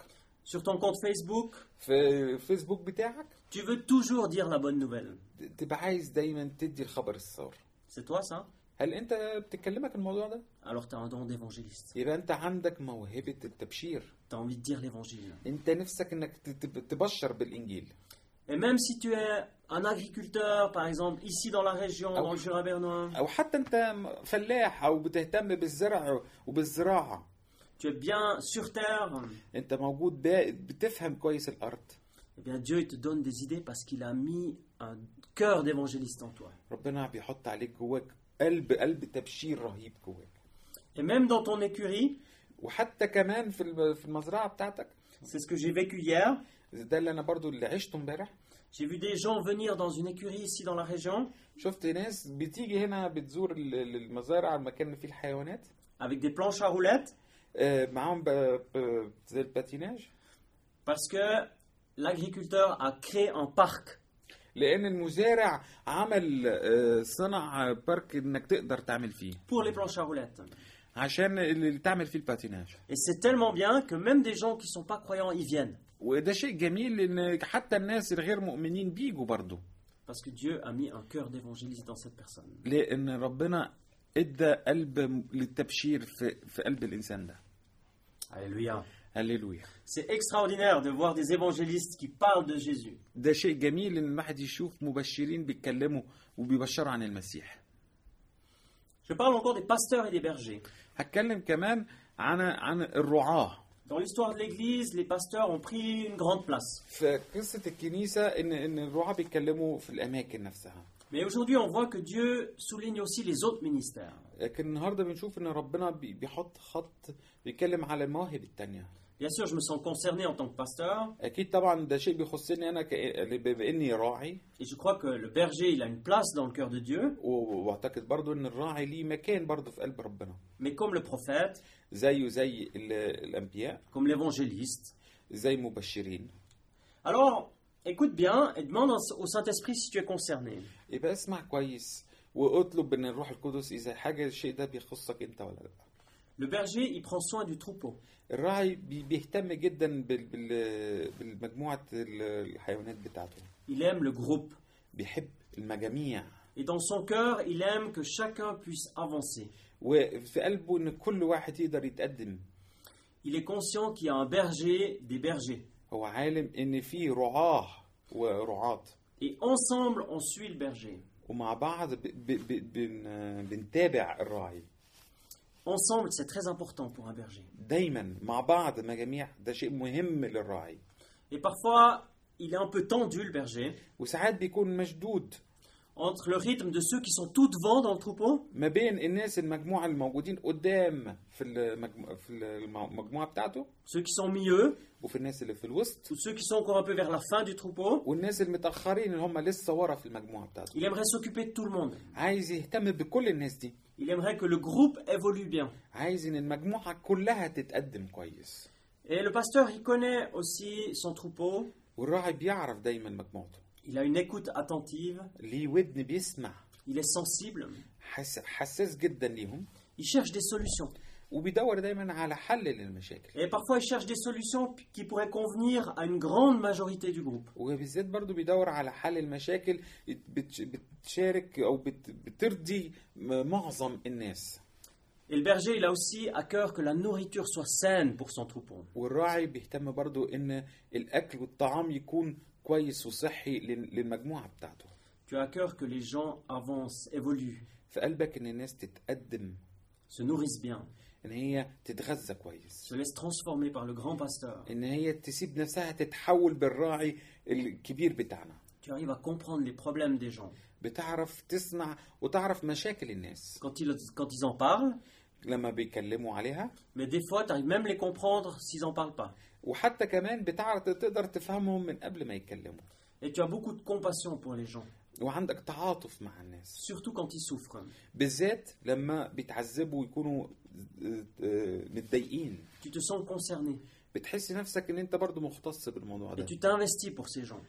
sur ton compte Facebook, في الفيسبوك بتاعك tu veux toujours dire la bonne nouvelle. تبقى عايز دايما تدي الخبر السار C'est toi ça هل انت بتكلمك الموضوع ده Alors tu as un don d'évangéliste. يبقى انت عندك موهبة التبشير Tu as envie de dire l'évangile. انت نفسك انك تت- تبشر بالانجيل Et même si tu es un agriculteur, par exemple, ici dans la région, Ah dans oui. le Jura bernois, او حتى انت م- فلاح او بتهتم بالزرع وبالزراعة tu es bien sur terre, انت موجود بقى بتفهم كويس الارض eh bien Dieu il te donne des idées parce qu'il a mis un cœur d'évangéliste en toi. ربنا بيحط عليك جواك قلب قلب تبشير رهيب جواك Et même dans ton écurie, وحتى كمان في الم- في المزرعة بتاعتك c'est ce que j'ai vécu hier, ده اللي انا برضو اللي عشته امبارح j'ai vu des gens venir dans une écurie ici dans la région شفت ناس بتيجي هنا بتزور ال- ال- المزارع المكان اللي فيه الحيوانات avec des planches à roulettes آه، معاهم ب... ب... زي الباتيناج parce que l'agriculteur a créé un parc. لان المزارع عمل آه، صنع بارك انك تقدر تعمل فيه pour les planches à roulettes. عشان اللي تعمل فيه الباتيناج Et c'est tellement bien que même des gens qui sont pas croyants y viennent. وده شيء جميل ان حتى الناس الغير مؤمنين بيجوا برضه Parce que Dieu a mis un cœur d'évangéliste dans cette personne. لان ربنا ادى قلب م- للتبشير في في قلب الانسان ده Alléluia. هللويا C'est extraordinaire de voir des évangélistes qui parlent de Jésus. ده شيء جميل ان الواحد يشوف مبشرين بيتكلموا وبيبشروا عن المسيح Je parle encore des pasteurs et des bergers. هتكلم كمان عن عن الرعاه Dans l'histoire de l'Église, les pasteurs ont pris une grande place. في قصه الكنيسه ان ان الرعاه بيتكلموا في الاماكن نفسها Mais aujourd'hui, on voit que Dieu souligne aussi les autres ministères. لكن النهارده بنشوف ان ربنا بي- بيحط خط بيتكلم على المواهب التانية Bien sûr, je me sens concerné en tant que pasteur. اكيد طبعا ده شيء بيخصني انا ك- بما اني راعي Et je crois que le berger, il a une place dans le cœur de Dieu. و- واعتقد برضو ان الراعي ليه مكان برضو في قلب ربنا Mais comme le prophète, زيه زي ال- الانبياء comme l'évangéliste, زي المبشرين Alors, écoute bien et demande au Saint-Esprit si tu es concerné. يبقى اسمع كويس واطلب من الروح القدس اذا حاجه الشيء ده بيخصك انت ولا لا Le berger, il prend soin du troupeau. الراعي بي- بيهتم جدا بال- بال- بالمجموعه ال- الحيوانات بتاعته Il aime le groupe. بيحب المجاميع Et dans son cœur, il aime que chacun puisse avancer. وفي قلبه ان كل واحد يقدر يتقدم Il est conscient qu'il y a un berger, des bergers. هو عالم ان في رعاه ورعاة Et ensemble, on suit le berger. ومع بعض ب... ب... ب... بن... بنتابع الراعي Ensemble, c'est très important pour un berger. دايما مع بعض مجاميع ده شيء مهم للراعي Et parfois, il est un peu tendu, le berger, وساعات بيكون مشدود entre le rythme de ceux qui sont tout devant dans le troupeau ما بين الناس المجموعة الموجودين قدام في المجموعة, في المجموعة بتاعته ceux qui sont au milieu, وفي الناس اللي في الوسط ou ceux qui sont encore un peu vers la fin du troupeau. والناس المتأخرين اللي هم لسه ورا في المجموعة بتاعته Il aimerait s'occuper de tout le monde. عايز يهتم بكل الناس دي Il aimerait que le groupe évolue bien. عايز ان المجموعة كلها تتقدم كويس Et le pasteur, il connaît aussi son troupeau. والراعي بيعرف دايما مجموعته Il a une écoute attentive. ليه ودن بيسمع Il est sensible. حس... حساس جدا ليهم Il cherche des solutions. وبيدور دايما على حل للمشاكل Et parfois, il cherche des solutions qui pourraient convenir à une grande majorité du groupe. وبالذات برضو بيدور على حل المشاكل بتش- بتشارك او بت- بترضي م- معظم الناس Et le berger, il a aussi à cœur que la nourriture soit saine pour son troupeau. والراعي بيهتم برضو ان الاكل والطعام يكون كويس وصحي لل- للمجموعه بتاعته Tu as à cœur que les gens avancent, évoluent, في قلبك ان الناس تتقدم se nourrissent bien, ان هي تتغذى كويس se laissent transformer par le grand pasteur. ان هي تسيب نفسها تتحول بالراعي الكبير بتاعنا Tu arrives à comprendre les problèmes des gens. بتعرف تصنع وتعرف مشاكل الناس Quand ils, quand ils en parlent, لما بيتكلموا عليها mais des fois, tu arrives même les comprendre s'ils n'en parlent pas. وحتى كمان بتعرف تقدر تفهمهم من قبل ما يتكلموا Et tu as beaucoup de compassion pour les gens, وعندك تعاطف مع الناس surtout quand ils souffrent. بالذات لما بيتعذبوا ويكونوا آه، آه، متضايقين Tu te sens concerné بتحس نفسك ان انت برضو مختص بالموضوع et ده tu t'investis pour ces gens.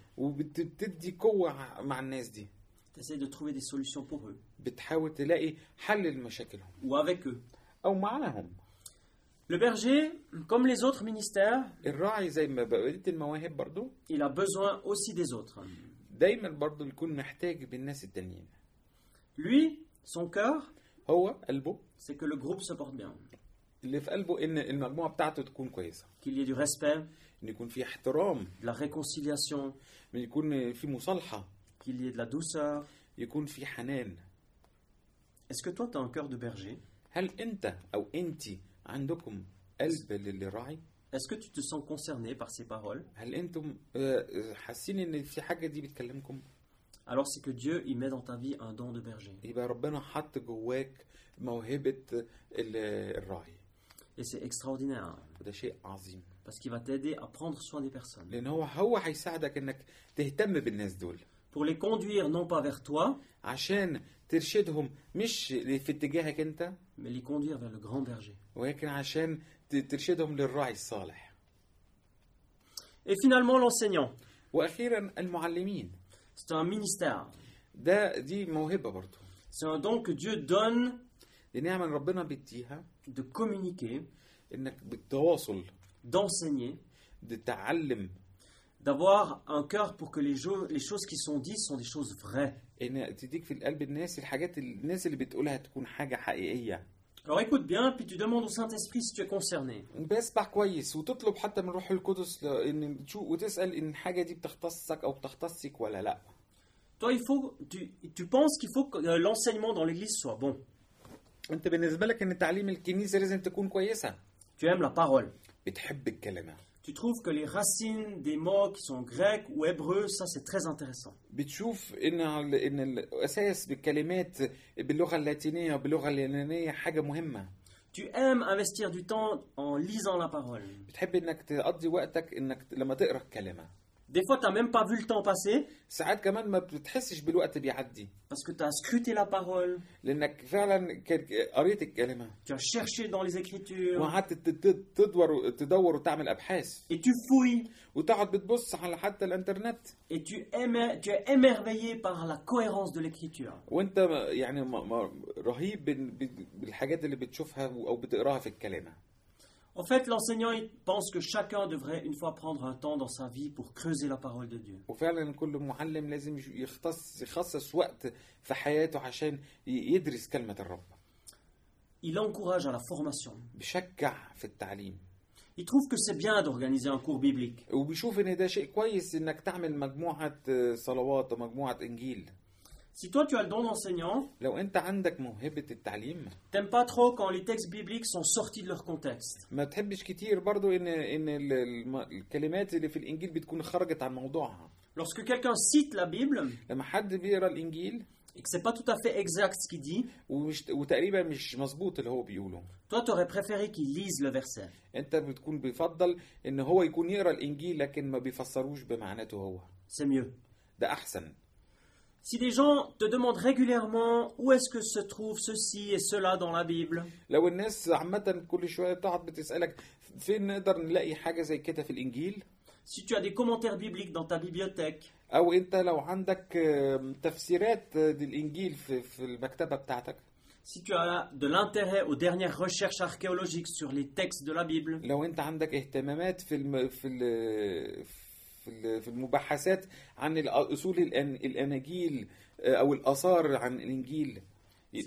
وبتدي قوة ع- مع الناس دي Tu essaies de trouver des solutions pour eux بتحاول تلاقي حل لمشاكلهم ou avec eux. او معاهم Le berger, comme les autres ministères, الراعي زي ما بقيت المواهب برضو il a besoin aussi des autres. دايما برضو يكون محتاج بالناس التانيين Lui, son cœur, هو قلبه c'est que le groupe se porte bien, اللي في قلبه ان المجموعة بتاعته تكون كويسة qu'il y ait du respect, ان يكون في احترام de la réconciliation, ان يكون في مصالحة qu'il y ait de la douceur. يكون في حنان Est-ce que toi, tu as un cœur de berger هل انت او انت عندكم قلب للراعي Est-ce que tu te sens concerné par ces paroles هل انتم آه، حاسين ان في حاجه دي بتكلمكم Alors c'est que Dieu y met dans ta vie un don de berger. يبقى ربنا حط جواك موهبه ال- الراعي Et c'est extraordinaire, hein, وده شيء عظيم parce qu'il va t'aider à prendre soin des personnes, لان هو هو هيساعدك انك تهتم بالناس دول pour les conduire non pas vers toi, عشان ترشدهم مش في اتجاهك انت mais les conduire vers le grand berger. ولكن عشان ت- ترشدهم للراعي الصالح Et finalement, l'enseignant, واخيرا المعلمين c'est un ministère. ده دي موهبه برضو C'est un don que Dieu donne دي نعمه ربنا بيديها de communiquer, انك بالتواصل d'enseigner, تتعلم d'avoir un cœur pour que les, jo- les choses qui sont dites sont des choses vraies. ان تديك في القلب الناس الحاجات اللي- الناس اللي بتقولها تكون حاجه حقيقيه Alors écoute bien, puis tu demandes au Saint-Esprit si tu es concerné. باسمع كويس وتطلب حتى من روح القدس ل- ان تشوف وتسال ان الحاجه دي بتختصك او بتختصك ولا لا Toi, il faut, tu, tu penses qu'il faut que euh, l'enseignement dans l'Église soit bon. انت بالنسبه لك ان تعليم الكنيسه لازم تكون كويسه Tu aimes la parole. بتحب الكلمه Tu trouves que les racines des mots qui sont grecs ou hébreux, ça c'est très intéressant. بتشوف ان ال- ان الاساس بالكلمات باللغه اللاتينيه وباللغه اليونانيه حاجه مهمه Tu aimes investir du temps en lisant la parole. بتحب انك تقضي وقتك انك ت- لما تقرا الكلمه Des fois, tu n'as même pas vu le temps passer ساعات كمان ما بتحسش بالوقت بيعدي parce que tu as scruté la parole, لانك فعلا ك- قريت الكلمه tu as cherché dans les Écritures وقعدت تت- تت- تدور تدور وتعمل ابحاث et tu fouilles وتقعد بتبص على حتى الانترنت et tu, émer- tu es émerveillé par la cohérence de l'Écriture. وانت ما- يعني ما- ما- رهيب بال- بال- بالحاجات اللي بتشوفها و- او بتقراها في الكلمه En fait, l'enseignant il pense que chacun devrait une fois prendre un temps dans sa vie pour creuser la parole de Dieu. وفعلا كل معلم لازم يش- يختص يخصص وقت في حياته عشان ي- يدرس كلمه الرب Il encourage à la formation. بيشجع في التعليم Il trouve que c'est bien d'organiser un cours biblique. وبيشوف ان ده شيء كويس انك تعمل مجموعه آه، صلوات ومجموعه انجيل Si toi tu as le don d'enseignant, لو انت عندك موهبه التعليم t'aimes pas trop quand les textes bibliques sont sortis de leur contexte. ما تحبش كتير برضو ان ان ال- الم- الكلمات اللي في الانجيل بتكون خرجت عن موضوعها Lorsque quelqu'un cite la Bible لما حد بيقرا الانجيل et que c'est pas tout à fait exact ce qu'il dit, ومش وتقريبا مش مظبوط اللي هو بيقوله toi t'aurais préféré qu'il lise le verset. انت بتكون بيفضل ان هو يكون يقرا الانجيل لكن ما بيفسروش بمعناته هو C'est mieux. ده احسن Si des gens te demandent régulièrement où est-ce que se trouve ceci et cela dans la Bible, لو الناس عامة كل شوية بتقعد بتسألك فين نقدر نلاقي حاجة زي كده في الإنجيل؟ si tu as des commentaires bibliques dans ta bibliothèque, أو أنت لو عندك آم، تفسيرات آه، للإنجيل في في المكتبة بتاعتك Si tu as de l'intérêt aux dernières recherches archéologiques sur les textes de la Bible, لو انت عندك اهتمامات في الم... في ال... في ال- في المباحثات عن الأ- اصول الأن... الاناجيل آه، او الاثار عن الانجيل ي-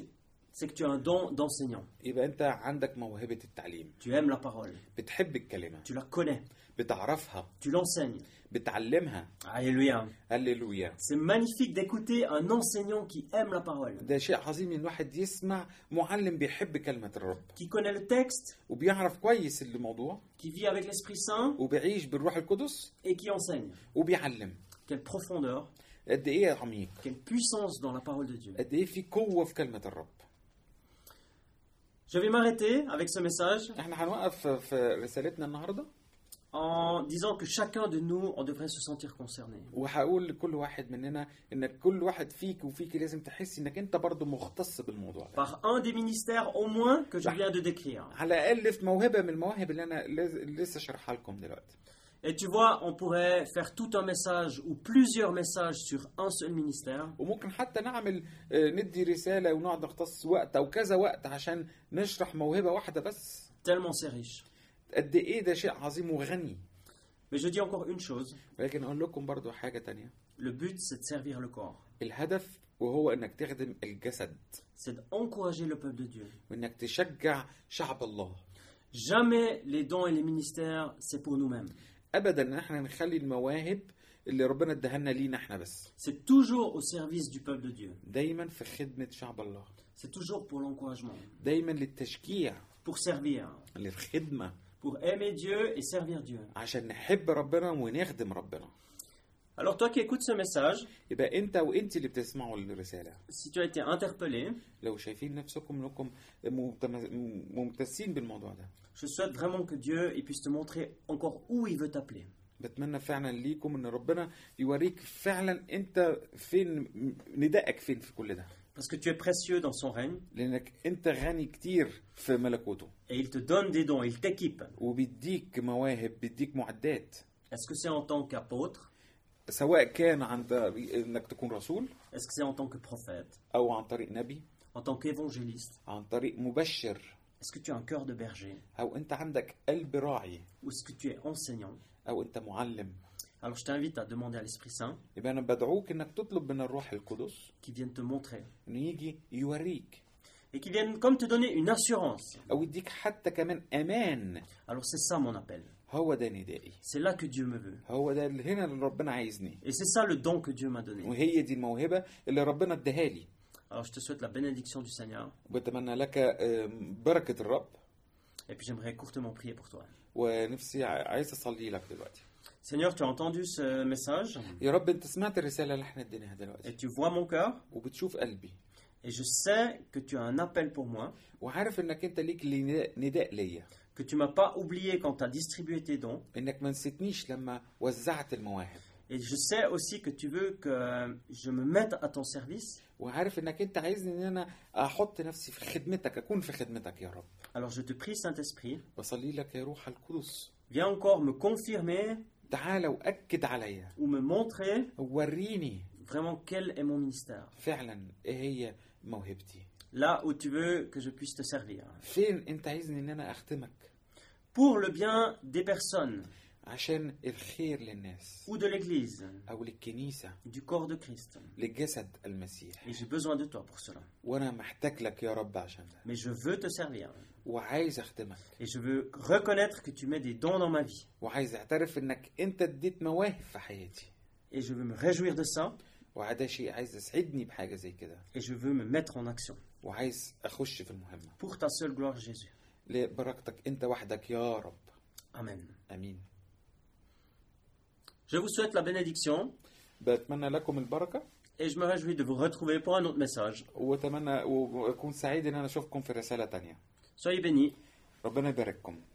c'est que tu as un don d'enseignant. يبقى انت عندك موهبه التعليم Tu aimes la parole, بتحب الكلمه tu la connais, بتعرفها tu l'enseignes. بتعلمها Alléluia. هللويا C'est magnifique d'écouter un enseignant qui aime la parole, ده شيء عظيم ان الواحد يسمع معلم بيحب كلمه الرب qui connaît le texte, وبيعرف كويس الموضوع qui vit avec l'Esprit Saint وبيعيش بالروح القدس et qui enseigne. وبيعلم Quelle profondeur, قد ايه عميق quelle puissance dans la parole de Dieu. قد ايه في قوه في كلمه الرب Je vais m'arrêter avec ce message احنا هنوقف في رسالتنا النهارده en disant que chacun de nous, on devrait se sentir concerné. وهقول لكل واحد مننا انك كل واحد فيك وفيك لازم تحس انك انت برضه مختص بالموضوع ده Par un des ministères au moins que je viens de décrire. على الاقل في موهبه من المواهب اللي انا لاز- لسه شارحها لكم دلوقتي Et tu vois, on pourrait faire tout un message ou plusieurs messages sur un seul ministère, وممكن حتى نعمل آه، ندي رساله ونقعد نختص وقت او كذا وقت عشان نشرح موهبه واحده بس tellement c'est riche. قد ايه ده شيء عظيم وغني Mais je dis encore une chose, ولكن اقول لكم برضو حاجه تانية le but c'est de servir le corps, الهدف وهو انك تخدم الجسد c'est d'encourager le peuple de Dieu. وانك تشجع شعب الله Jamais les dons et les ministères, c'est pour nous-mêmes. ابدا ان احنا نخلي المواهب اللي ربنا ادهنا لينا احنا بس C'est toujours au service du peuple de Dieu. دايما في خدمة شعب الله C'est toujours pour l'encouragement, دايما للتشجيع pour servir, للخدمة pour aimer Dieu et servir Dieu. عشان نحب ربنا ونخدم ربنا Alors toi qui écoutes ce message, يبقى انت وانت اللي بتسمعوا الرسالة si tu as été interpellé, لو شايفين نفسكم انكم ممتم- ممتسين بالموضوع ده je souhaite vraiment que Dieu il puisse te montrer encore où il veut t'appeler. بتمنى فعلا ليكم ان ربنا يوريك فعلا انت فين ندائك فين في كل ده Parce que tu es précieux dans son règne لانك انت غني كتير في ملكوته et il te donne des dons, il t'équipe. وبيديك مواهب بيديك معدات Est-ce que c'est en tant qu'apôtre سواء كان عن طريق انك تكون رسول Est-ce que c'est en tant que prophète او عن طريق نبي En tant qu'évangéliste عن طريق مبشر Est-ce que tu as un cœur de berger او انت عندك قلب راعي Ou est-ce que tu es enseignant او انت معلم Alors je t'invite à demander à l'Esprit Saint يبقى انا بدعوك انك تطلب من الروح القدس qui vienne te montrer انه يجي يوريك et qui vienne comme te donner une assurance. او يديك حتى كمان امان Alors c'est ça mon appel. هو ده ندائي C'est là que Dieu me veut. هو ده اللي هنا اللي ربنا عايزني Et c'est ça le don que Dieu m'a donné. وهي دي الموهبه اللي ربنا اداها لي Alors je te souhaite la bénédiction du Seigneur وبتمنى لك آم، بركه الرب et puis j'aimerais courtement prier pour toi. ونفسي ع- عايز اصلي لك دلوقتي Seigneur, tu as entendu ce message يا رب انت سمعت الرساله اللي احنا اديناها دلوقتي et tu vois mon cœur وبتشوف قلبي et je sais que tu as un appel pour moi, وعارف انك انت ليك لي- نداء- نداء ليا que tu m'as pas oublié quand tu as distribué tes dons انك ما نسيتنيش لما وزعت المواهب et je sais aussi que tu veux que je me mette à ton service. وعارف انك انت عايزني ان انا احط نفسي في خدمتك اكون في خدمتك يا رب Alors je te prie Saint-Esprit, بصلي لك يا روح القدس viens encore me confirmer تعالى واكد عليا ou me montrer وريني vraiment quel est mon ministère, فعلا ايه هي موهبتي là où tu veux que je puisse te servir, فين انت عايزني ان انا اخدمك pour le bien des personnes عشان الخير للناس ou de l'Église, او للكنيسه du corps de Christ. لجسد المسيح Et j'ai besoin de toi pour cela. وانا محتاج لك يا رب عشان ده Mais je veux te servir. وعايز اخدمك Et je veux reconnaître que tu mets des dons dans ma vie. وعايز اعترف انك انت اديت مواهب في حياتي Et je veux me réjouir de ça. وده شيء عايز يسعدني بحاجه زي كده Et je veux me mettre en action. وعايز اخش في المهمه Pour ta seule gloire, Jésus. لبركتك انت وحدك يا رب Amen. امين Je vous souhaite la bénédiction. بتمنى لكم البركه Et je me réjouis de vous retrouver pour un autre message. واتمنى واكون سعيد ان انا اشوفكم في رساله تانية Soyez bénis. ربنا يبارككم